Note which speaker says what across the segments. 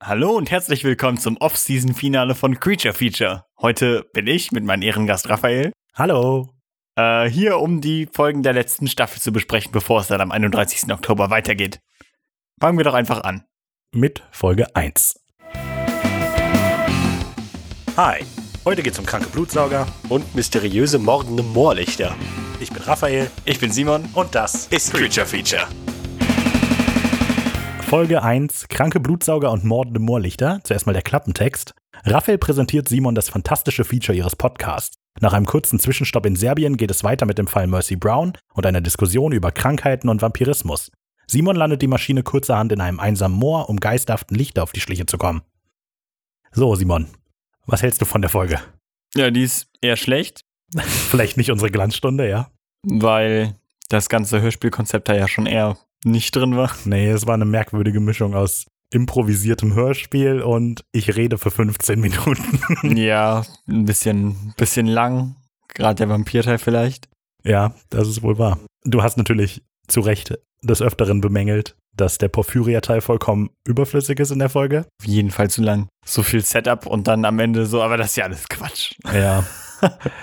Speaker 1: Hallo und herzlich willkommen zum Off-Season-Finale von Creature Feature. Heute bin ich mit meinem Ehrengast Raphael
Speaker 2: Hallo.
Speaker 1: äh, hier, um die Folgen der letzten Staffel zu besprechen, bevor es dann am 31. Oktober weitergeht. Fangen wir doch einfach an.
Speaker 2: Mit Folge 1. Hi. Heute geht's um kranke Blutsauger.
Speaker 3: und mysteriöse mordende Moorlichter.
Speaker 2: Ich bin Raphael
Speaker 1: Ich bin Simon.
Speaker 2: und das.
Speaker 1: Ist Creature Feature.
Speaker 2: Folge 1. Kranke Blutsauger und mordende Moorlichter. Zuerst mal der Klappentext. Raphael präsentiert Simon das fantastische Feature ihres Podcasts. Nach einem kurzen Zwischenstopp in Serbien geht es weiter mit dem Fall Mercy Brown und einer Diskussion über Krankheiten und Vampirismus. Simon landet die Maschine kurzerhand in einem einsamen Moor, um geisterhaften Lichter auf die Schliche zu kommen. So, Simon, was hältst du von der Folge?
Speaker 1: Ja, die ist eher schlecht,
Speaker 2: Vielleicht nicht unsere Glanzstunde, ja.
Speaker 1: weil das ganze Hörspielkonzept da ja schon eher nicht drin war.
Speaker 2: Nee, es war eine merkwürdige Mischung aus improvisiertem Hörspiel und ich rede für 15 Minuten.
Speaker 1: ja, ein bisschen, bisschen lang. Gerade der Vampirteil vielleicht.
Speaker 2: ja, das ist wohl wahr. Du hast natürlich zu Recht des Öfteren bemängelt, dass der Porphyria-Teil vollkommen überflüssig ist in der Folge.
Speaker 1: Auf jeden Fall zu lang. So viel Setup und dann am Ende so, aber das ist ja alles Quatsch.
Speaker 2: Ja.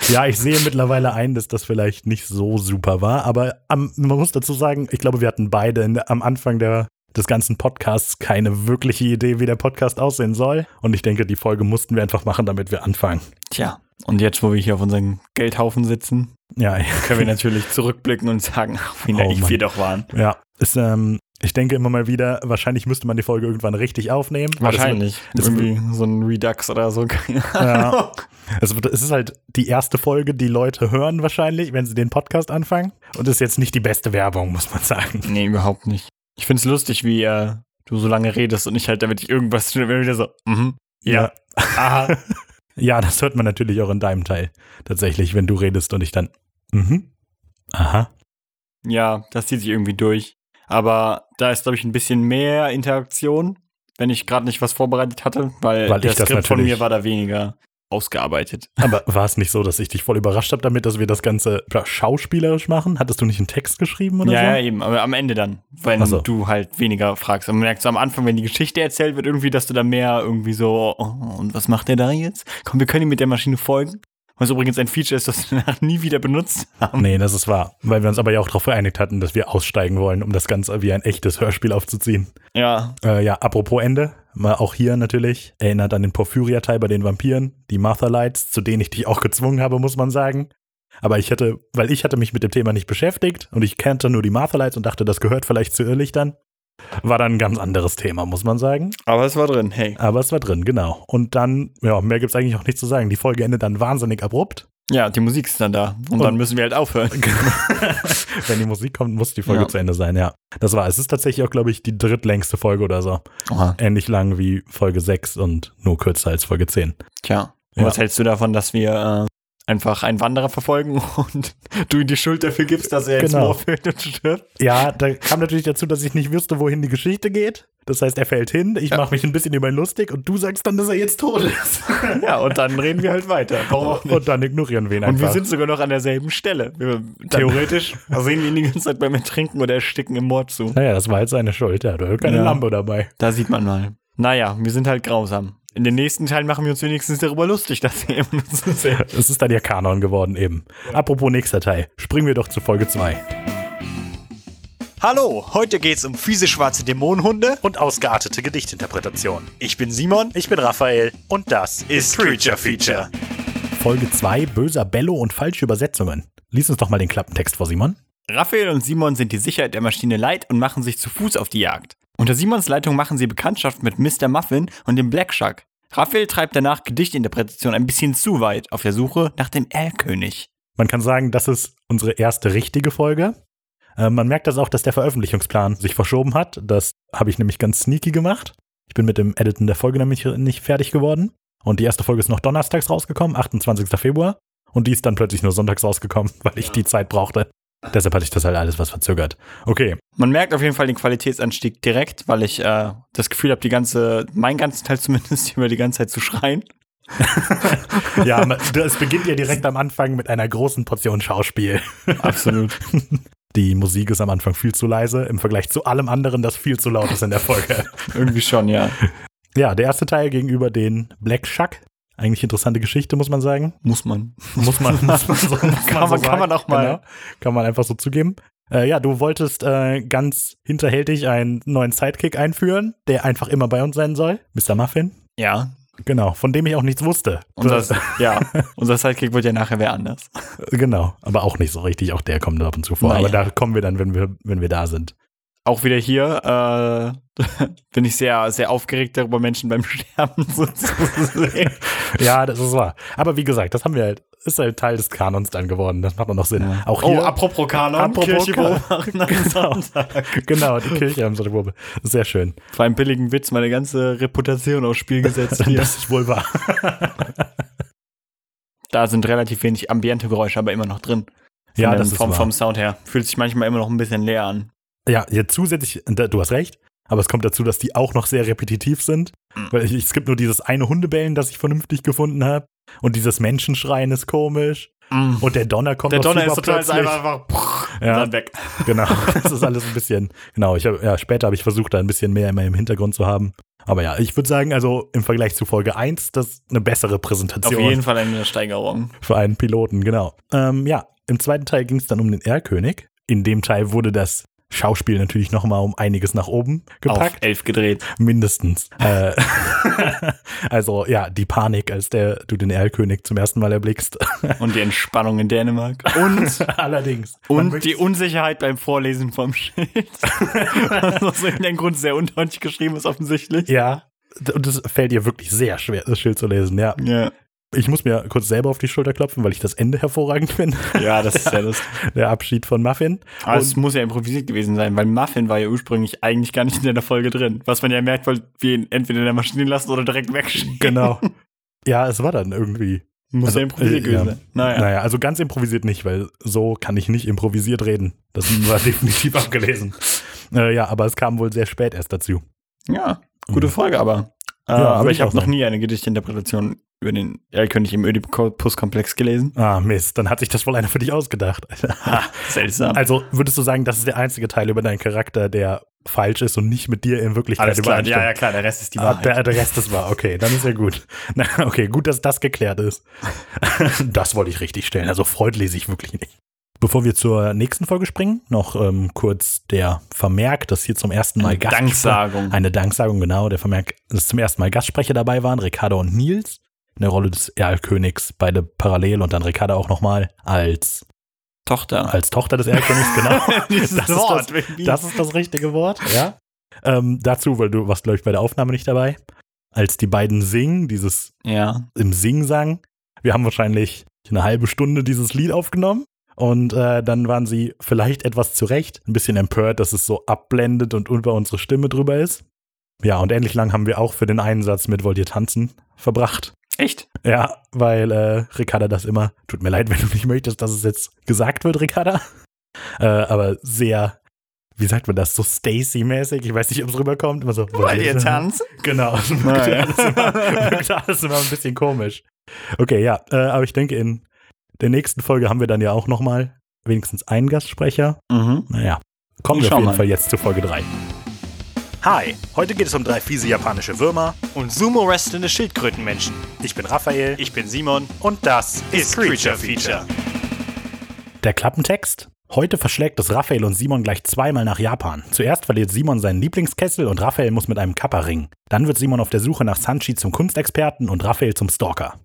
Speaker 2: ja, ich sehe mittlerweile ein, dass das vielleicht nicht so super war, aber am, man muss dazu sagen, ich glaube, wir hatten beide in, am Anfang der, des ganzen Podcasts keine wirkliche Idee, wie der Podcast aussehen soll. Und ich denke, die Folge mussten wir einfach machen, damit wir anfangen.
Speaker 1: Tja, und jetzt, wo wir hier auf unserem Geldhaufen sitzen,
Speaker 2: Ja,
Speaker 1: können wir natürlich zurückblicken und sagen, ach, wie naiv
Speaker 2: Mann.
Speaker 1: wir doch waren.
Speaker 2: Ja, ist, ähm, ich denke immer mal wieder, wahrscheinlich müsste man die Folge irgendwann richtig aufnehmen. Aber das das-
Speaker 1: Irgendwie so ein Redux oder so, keine
Speaker 2: Ja.
Speaker 1: Ahnung.
Speaker 2: wird- Es wird- es ist halt die erste Folge, die Leute hören wahrscheinlich, wenn sie den Podcast anfangen. Und ist jetzt nicht die beste Werbung, muss man sagen.
Speaker 1: Nee, überhaupt nicht. Ich find's lustig, wie äh, du so lange redest und ich halt damit ich irgendwas schnell wieder so, mhm, ja, aha.
Speaker 2: Ja, das hört man natürlich auch in deinem Teil. Tatsächlich, wenn du redest und ich dann. Mhm. Aha.
Speaker 1: Ja, das zieht sich irgendwie durch. Aber da ist, glaube ich, ein bisschen mehr Interaktion, wenn ich gerade nicht was vorbereitet hatte, weil,
Speaker 2: Weil
Speaker 1: der
Speaker 2: ich das
Speaker 1: Skript von
Speaker 2: natürlich-
Speaker 1: mir war da weniger ausgearbeitet.
Speaker 2: Aber war es nicht so, dass ich dich voll überrascht habe damit, dass wir das Ganze schauspielerisch machen? Hattest du nicht einen Text geschrieben oder
Speaker 1: ja,
Speaker 2: so?
Speaker 1: ja, eben, aber am Ende dann, wenn
Speaker 2: Ach so.
Speaker 1: du halt weniger fragst. Und merkst du am Anfang, wenn die Geschichte erzählt wird, irgendwie, dass du da mehr irgendwie so, oh, und was macht der da jetzt? Komm, wir können ihm mit der Maschine folgen. Was übrigens ein Feature ist, das wir danach nie wieder benutzt haben.
Speaker 2: Nee, das ist wahr. Weil wir uns aber ja auch darauf vereinigt hatten, dass wir aussteigen wollen, um das Ganze wie ein echtes Hörspiel aufzuziehen.
Speaker 1: Ja,
Speaker 2: Äh, ja, apropos Ende, mal auch hier natürlich erinnert an den Porphyria-Teil bei den Vampiren, die Martha Lights, zu denen ich dich auch gezwungen habe, muss man sagen. Aber ich hatte, weil ich hatte mich mit dem Thema nicht beschäftigt und ich kannte nur die Martha Lights und dachte, das gehört vielleicht zu Irrlichtern. War dann ein ganz anderes Thema, muss man sagen.
Speaker 1: aber es war drin, hey.
Speaker 2: Aber es war drin, genau. Und dann, ja, mehr gibt's eigentlich auch nicht zu sagen. Die Folge endet dann wahnsinnig abrupt.
Speaker 1: Ja, die Musik ist dann da. Und,
Speaker 2: Und-
Speaker 1: dann müssen wir halt aufhören.
Speaker 2: Wenn die Musik kommt, muss die Folge
Speaker 1: Ja.
Speaker 2: zu Ende sein, ja. Das war, es ist tatsächlich auch, glaube ich, die drittlängste Folge oder so.
Speaker 1: Oha,
Speaker 2: ähnlich lang wie Folge 6 und nur kürzer als Folge 10.
Speaker 1: tja.
Speaker 2: Ja.
Speaker 1: Was hältst du davon, dass wir äh, einfach einen Wanderer verfolgen und du ihm die Schuld dafür gibst, dass er ins
Speaker 2: Genau.
Speaker 1: Moor fällt und stirbt?
Speaker 2: Ja, da kam natürlich dazu, dass ich nicht wüsste, wohin die Geschichte geht. Das heißt, er fällt hin, ich mache mich ein bisschen über ihn lustig und du sagst dann, dass er jetzt tot ist.
Speaker 1: Ja, und dann reden wir halt weiter. Warum auch nicht?
Speaker 2: und dann ignorieren wir ihn
Speaker 1: Und
Speaker 2: einfach.
Speaker 1: wir sind sogar noch an derselben Stelle. Wir, theoretisch sehen wir ihn die ganze Zeit beim Ertrinken oder Ersticken im Mord zu.
Speaker 2: naja, das war halt seine Schuld, er hatte keine
Speaker 1: Ja.
Speaker 2: Lampe dabei.
Speaker 1: Da sieht man mal. Naja, wir sind halt grausam. In den nächsten Teilen machen wir uns wenigstens darüber lustig, dass wir immer uns sehen.
Speaker 2: Es ist dann ja Kanon geworden eben. Apropos nächster Teil, springen wir doch zu Folge 2.
Speaker 3: Hallo, heute geht's um fiese schwarze Dämonenhunde.
Speaker 2: Und ausgeartete Gedichtinterpretation.
Speaker 3: Ich bin Simon.
Speaker 2: Ich bin Raphael und das
Speaker 3: Ist Creature Feature.
Speaker 2: Folge 2, böser Bello und falsche Übersetzungen. Lies uns doch mal den Klappentext vor, Simon.
Speaker 1: Raphael und Simon sind die Sicherheit der Maschine leid und machen sich zu Fuß auf die Jagd. Unter Simons Leitung machen sie Bekanntschaft mit Mr. Muffin und dem Black Shark. Raphael treibt danach Gedichtinterpretation ein bisschen zu weit auf der Suche nach dem L-König.
Speaker 2: Man kann sagen, das ist unsere erste richtige Folge. Äh, man merkt das auch, dass der Veröffentlichungsplan sich verschoben hat. Das habe ich nämlich ganz sneaky gemacht. Ich bin mit dem Editen der Folge nämlich nicht fertig geworden. Und die erste Folge ist noch donnerstags rausgekommen, 28. Februar. Und die ist dann plötzlich nur sonntags rausgekommen, weil ich die Zeit brauchte. Deshalb hatte ich das halt alles was verzögert. Okay,
Speaker 1: Man merkt auf jeden Fall den Qualitätsanstieg direkt, weil ich äh, das Gefühl habe, die ganze, meinen ganzen Teil zumindest über die ganze Zeit zu schreien.
Speaker 2: ja, man- es beginnt ja direkt am Anfang mit einer großen Portion Schauspiel.
Speaker 1: Absolut.
Speaker 2: Die Musik ist am Anfang viel zu leise im Vergleich zu allem anderen, das viel zu laut ist in der Folge.
Speaker 1: Irgendwie schon, ja.
Speaker 2: Ja, der erste Teil gegenüber den Black Shuck. Eigentlich interessante Geschichte, muss man sagen.
Speaker 1: Muss man.
Speaker 2: Muss man, muss man so, Genau. muss
Speaker 1: Kann man- kann man auch mal.
Speaker 2: Kann man einfach so zugeben. Äh, ja, du wolltest äh, ganz hinterhältig einen neuen Sidekick einführen, der einfach immer bei uns sein soll. Mr. Muffin.
Speaker 1: Ja.
Speaker 2: Genau, von dem ich auch nichts wusste.
Speaker 1: Unser,
Speaker 2: Das-
Speaker 1: ja. Unser Sidekick wird ja nachher wer anders.
Speaker 2: genau, aber auch nicht so richtig. Auch der kommt ab und zu vor.
Speaker 1: Naja.
Speaker 2: Aber da kommen wir dann, wenn wir, wenn wir da sind.
Speaker 1: Auch wieder hier äh, bin ich sehr, sehr aufgeregt darüber, Menschen beim Sterben so zu sehen.
Speaker 2: Ja, das ist wahr. Aber wie gesagt, das haben wir halt, ist halt Teil des Kanons dann geworden. Das macht dann noch Sinn. Genau. Auch hier,
Speaker 1: Oh, apropos Kanon,
Speaker 2: Apropos
Speaker 1: Kirche
Speaker 2: Kanon.
Speaker 1: beobachten am Sonntag.
Speaker 2: genau, die Kirche am Sonntagwurbe. Sehr schön.
Speaker 1: Vor einem billigen Witz meine ganze Reputation aufs Spiel gesetzt hier.
Speaker 2: Das ist wohl wahr.
Speaker 1: da sind relativ wenig ambiente Geräusche, aber immer noch drin. Von
Speaker 2: Ja,
Speaker 1: dem-
Speaker 2: das ist
Speaker 1: vom,
Speaker 2: wahr.
Speaker 1: vom Sound her. Fühlt sich manchmal immer noch ein bisschen leer an.
Speaker 2: Ja, ja, zusätzlich, da- du hast recht, aber es kommt dazu, dass die auch noch sehr repetitiv sind.
Speaker 1: Mhm.
Speaker 2: Weil ich, es gibt nur dieses eine Hundebellen, das ich vernünftig gefunden habe. Und dieses Menschenschreien ist komisch. Mm. Und der Donner kommt
Speaker 1: Der
Speaker 2: auch
Speaker 1: Donner
Speaker 2: super
Speaker 1: ist total
Speaker 2: plötzlich.
Speaker 1: einfach, einfach prrr,
Speaker 2: Ja.
Speaker 1: und dann weg.
Speaker 2: Genau, das ist alles ein bisschen, genau, ich hab, ja, später habe ich versucht, da ein bisschen mehr immer im Hintergrund zu haben. Aber ja, ich würde sagen, also im Vergleich zu Folge 1, das ist eine bessere
Speaker 1: Auf
Speaker 2: Präsentation
Speaker 1: jeden Fall eine Steigerung.
Speaker 2: für einen Piloten, genau. Ähm, ja, im zweiten Teil ging es dann um den Erlkönig. In dem Teil wurde das Schauspiel natürlich nochmal um einiges nach oben gepackt.
Speaker 1: Auf elf gedreht.
Speaker 2: Mindestens. Äh, also ja, die Panik, als der, du den Erlkönig zum ersten Mal erblickst.
Speaker 1: Und die Entspannung in Dänemark. Und,
Speaker 2: Allerdings. Man
Speaker 1: und
Speaker 2: möchte-
Speaker 1: die Unsicherheit beim Vorlesen vom Schild. Was aus irgendeinem Grund sehr undeutlich geschrieben ist, offensichtlich.
Speaker 2: ja, d- und das fällt ihr wirklich sehr schwer, das Schild zu lesen, ja.
Speaker 1: Ja,
Speaker 2: Ich muss mir kurz selber auf die Schulter klopfen, weil ich das Ende hervorragend finde.
Speaker 1: ja das ist ja das.
Speaker 2: Der Abschied von Muffin.
Speaker 1: Aber es muss ja improvisiert gewesen sein, weil Muffin war ja ursprünglich eigentlich gar nicht in der Folge drin. Was man ja merkt, weil wir ihn entweder in der Maschine lassen oder direkt wegschicken.
Speaker 2: Genau. Ja, es war dann irgendwie.
Speaker 1: Muss
Speaker 2: Also,
Speaker 1: ja improvisiert
Speaker 2: äh,
Speaker 1: gewesen
Speaker 2: ja.
Speaker 1: sein. Naja.
Speaker 2: Naja, also ganz improvisiert nicht, weil so kann ich nicht improvisiert reden. Das war definitiv abgelesen. Äh, ja, aber es kam wohl sehr spät erst dazu.
Speaker 1: Ja, gute
Speaker 2: Mhm.
Speaker 1: Folge, aber. Äh,
Speaker 2: Ja,
Speaker 1: aber
Speaker 2: würde
Speaker 1: ich
Speaker 2: ich auch
Speaker 1: habe noch
Speaker 2: sagen.
Speaker 1: nie eine Gedichtinterpretation über den Erlkönig im Oedipus-Komplex gelesen.
Speaker 2: Ah, Mist, dann hat sich das wohl einer für dich ausgedacht.
Speaker 1: Seltsam.
Speaker 2: Also würdest du sagen, das ist der einzige Teil über deinen Charakter, der falsch ist und nicht mit dir in Wirklichkeit
Speaker 1: Alles klar,
Speaker 2: übereinstimmt?
Speaker 1: also, ja, ja, klar, der Rest ist die
Speaker 2: Ah,
Speaker 1: Wahrheit.
Speaker 2: der, der Rest ist wahr, okay, dann ist ja gut. Na, okay, gut, dass das geklärt ist. Das wollte ich richtig stellen, also Freud lese ich wirklich nicht. Bevor wir zur nächsten Folge springen, noch ähm, kurz der Vermerk, dass hier zum ersten Mal Gast
Speaker 1: Danksagung.
Speaker 2: eine Danksagung, genau, der Vermerk, dass zum ersten Mal Gastsprecher dabei waren, Ricardo und Nils, in der Rolle des Erlkönigs, beide parallel und dann Ricardo auch nochmal als,
Speaker 1: Tochter.
Speaker 2: als Tochter des Erlkönigs, genau. das ist das- Das ist das richtige Wort, ja. Ähm, dazu, weil du warst, glaube ich, bei der Aufnahme nicht dabei. Als die beiden singen, dieses
Speaker 1: ja.
Speaker 2: im Singsang. Wir haben wahrscheinlich eine halbe Stunde dieses Lied aufgenommen. Und äh, dann waren sie vielleicht etwas zurecht, ein bisschen empört, dass es so abblendet und über unsere Stimme drüber ist. Ja, und ähnlich lang haben wir auch für den Einsatz mit Wollt ihr tanzen verbracht.
Speaker 1: Echt?
Speaker 2: Ja, weil äh, Ricarda das immer, tut mir leid, wenn du nicht möchtest, dass es jetzt gesagt wird, Ricarda. Äh, aber sehr, wie sagt man das, so Stacy-mäßig, ich weiß nicht, ob es rüberkommt, immer so.
Speaker 1: Weil ihr tanzt?
Speaker 2: Genau, es
Speaker 1: Ah, ja.
Speaker 2: wirkte alles, immer, wirkte alles immer ein bisschen komisch. Okay, ja, äh, aber ich denke, in der nächsten Folge haben wir dann ja auch nochmal wenigstens einen Gastsprecher.
Speaker 1: Mhm.
Speaker 2: Naja, kommen wir
Speaker 1: Schauen
Speaker 2: auf jeden
Speaker 1: wir.
Speaker 2: Fall jetzt zu Folge 3.
Speaker 3: Hi,
Speaker 2: Heute geht es um drei fiese japanische Würmer.
Speaker 3: und sumo-wrestlende Schildkrötenmenschen.
Speaker 2: Ich bin Raphael
Speaker 3: Ich bin Simon.
Speaker 2: und das
Speaker 3: Ist Creature Feature.
Speaker 2: Der Klappentext? Heute verschlägt es Raphael und Simon gleich zweimal nach Japan. Zuerst verliert Simon seinen Lieblingskessel und Raphael muss mit einem Kappa ringen. Dann wird Simon auf der Suche nach Sanchi zum Kunstexperten und Raphael zum Stalker.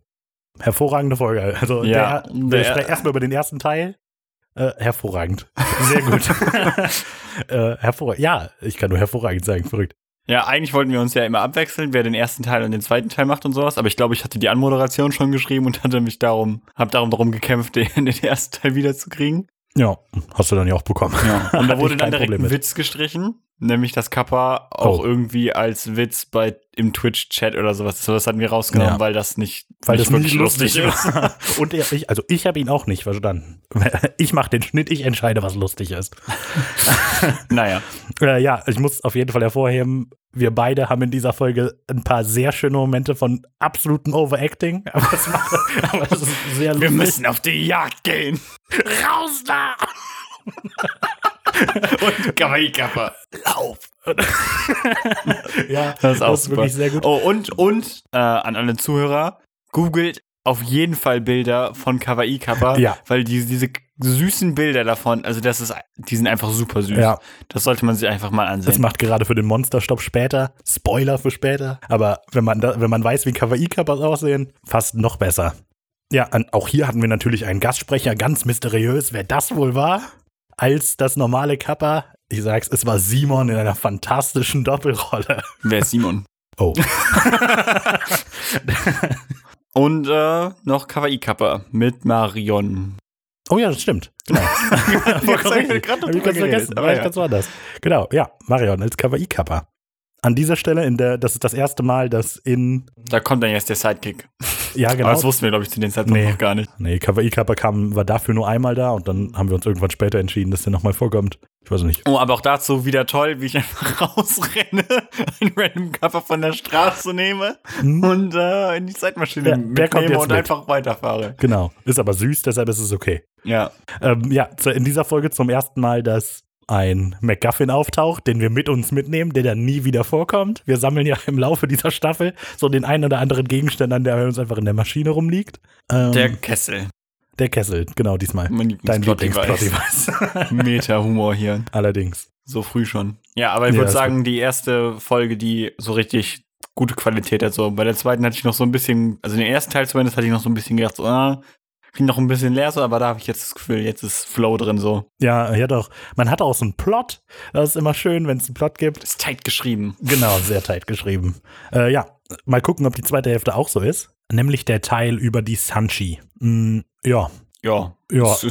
Speaker 2: Hervorragende Folge. Also
Speaker 1: Ja,
Speaker 2: der,
Speaker 1: der-
Speaker 2: wir sprechen erstmal über den ersten Teil. Äh, hervorragend. Sehr gut. äh, hervorragend. Ja, ich kann nur hervorragend sagen, verrückt.
Speaker 1: Ja, eigentlich wollten wir uns ja immer abwechseln, wer den ersten Teil und den zweiten Teil macht und sowas. Aber ich glaube, ich hatte die Anmoderation schon geschrieben und hatte mich darum, habe darum darum gekämpft, den, den ersten Teil wiederzukriegen.
Speaker 2: Ja, hast du dann ja auch bekommen.
Speaker 1: Ja. Und da
Speaker 2: Hatte
Speaker 1: wurde
Speaker 2: ich
Speaker 1: dann
Speaker 2: kein
Speaker 1: direkt
Speaker 2: Problem
Speaker 1: ein
Speaker 2: mit.
Speaker 1: Witz gestrichen, nämlich dass Kappa auch
Speaker 2: Oh.
Speaker 1: irgendwie als Witz bei im Twitch-Chat oder sowas. So, das hatten wir rausgenommen,
Speaker 2: Ja.
Speaker 1: weil das nicht,
Speaker 2: Weil
Speaker 1: nicht
Speaker 2: das nicht lustig
Speaker 1: ist.
Speaker 2: ist. Und er, ich, also ich habe ihn auch nicht verstanden. Ich mache den Schnitt, ich entscheide, was lustig ist.
Speaker 1: naja,
Speaker 2: Äh, ja, ich muss auf jeden Fall hervorheben, wir beide haben in dieser Folge ein paar sehr schöne Momente von absolutem Overacting. Aber das, macht, aber das ist sehr
Speaker 1: wir
Speaker 2: lustig.
Speaker 1: müssen auf die Jagd gehen.
Speaker 2: raus da!
Speaker 1: Und Gabba Lauf.
Speaker 2: Ja,
Speaker 1: Das ist auch super.
Speaker 2: wirklich sehr gut.
Speaker 1: Oh, und, und äh, an alle Zuhörer, googelt auf jeden Fall Bilder von Kawaii Kappa,
Speaker 2: Ja.
Speaker 1: weil die, diese k- süßen Bilder davon, also das ist, die sind einfach super süß.
Speaker 2: Ja.
Speaker 1: Das sollte man sich einfach mal
Speaker 2: Das
Speaker 1: ansehen.
Speaker 2: macht gerade für den Monsterstopp später. Spoiler für später. Aber wenn man, da, wenn man weiß, wie Kawaii-Kappas aussehen, fast noch besser. Ja, an, auch hier hatten wir natürlich einen Gastsprecher, ganz mysteriös, wer das wohl war. Als das normale Kappa, ich sag's, es war Simon in einer fantastischen Doppelrolle.
Speaker 1: Wer ist Simon?
Speaker 2: Oh.
Speaker 1: Und äh, noch Kawaii Kappa mit Marion.
Speaker 2: Oh ja, das stimmt. Genau.
Speaker 1: Vollkommen
Speaker 2: Hab
Speaker 1: richtig.
Speaker 2: ich ganz
Speaker 1: Hab ich ganz
Speaker 2: vergessen.
Speaker 1: vergessen,
Speaker 2: Aber
Speaker 1: aber
Speaker 2: ich
Speaker 1: ja.
Speaker 2: ganz woanders. Genau, ja, Marion als Kawaii-Kappa. An dieser Stelle, in der, das ist das erste Mal, dass in,
Speaker 1: Da kommt dann jetzt der Sidekick. Genau.
Speaker 2: ja
Speaker 1: Aber
Speaker 2: genau,
Speaker 1: das wussten wir, glaube ich, zu den Zeitpunkt
Speaker 2: Nee.
Speaker 1: noch gar nicht.
Speaker 2: Nee, Kawaii Kappa kam, war dafür nur einmal da und dann haben wir uns irgendwann später entschieden, dass der nochmal vorkommt. Ich weiß nicht.
Speaker 1: Oh, aber auch dazu wieder toll, wie ich einfach rausrenne, einen random Kappa von der Straße nehme
Speaker 2: Hm,
Speaker 1: und äh, in die Zeitmaschine
Speaker 2: Der- der kommt
Speaker 1: mitnehme
Speaker 2: jetzt
Speaker 1: und
Speaker 2: mit.
Speaker 1: einfach weiterfahre.
Speaker 2: Genau. Ist aber süß, deshalb ist es okay.
Speaker 1: Ja.
Speaker 2: Ähm, ja, zu- in dieser Folge zum ersten Mal, dass ein MacGuffin auftaucht, den wir mit uns mitnehmen, der dann nie wieder vorkommt. Wir sammeln ja im Laufe dieser Staffel so den einen oder anderen Gegenstand an, der bei uns einfach in der Maschine rumliegt. Ähm,
Speaker 1: Der Kessel.
Speaker 2: der Kessel, genau diesmal.
Speaker 1: Mein
Speaker 2: Dein
Speaker 1: Lieblingsplot-Device.
Speaker 2: Lieblingsplot-Device.
Speaker 1: Meta-Humor hier.
Speaker 2: Allerdings.
Speaker 1: So früh schon. Ja, aber ich
Speaker 2: Ja,
Speaker 1: würde
Speaker 2: das
Speaker 1: sagen, die erste Folge, die so richtig gute Qualität hat. So bei der zweiten hatte ich noch so ein bisschen, also den ersten Teil zumindest hatte ich noch so ein bisschen gedacht, so, ah, klingt noch ein bisschen leer so, aber da habe ich jetzt das Gefühl, jetzt ist Flow drin so.
Speaker 2: Ja, ja doch. Man hat auch so einen Plot. Das ist immer schön, wenn es einen Plot gibt.
Speaker 1: Ist tight geschrieben.
Speaker 2: Genau, sehr tight geschrieben. Äh, ja, mal gucken, ob die zweite Hälfte auch so ist. Nämlich der Teil über die Sanchi. Mm, ja,
Speaker 1: Ja.
Speaker 2: ja.
Speaker 1: Es ist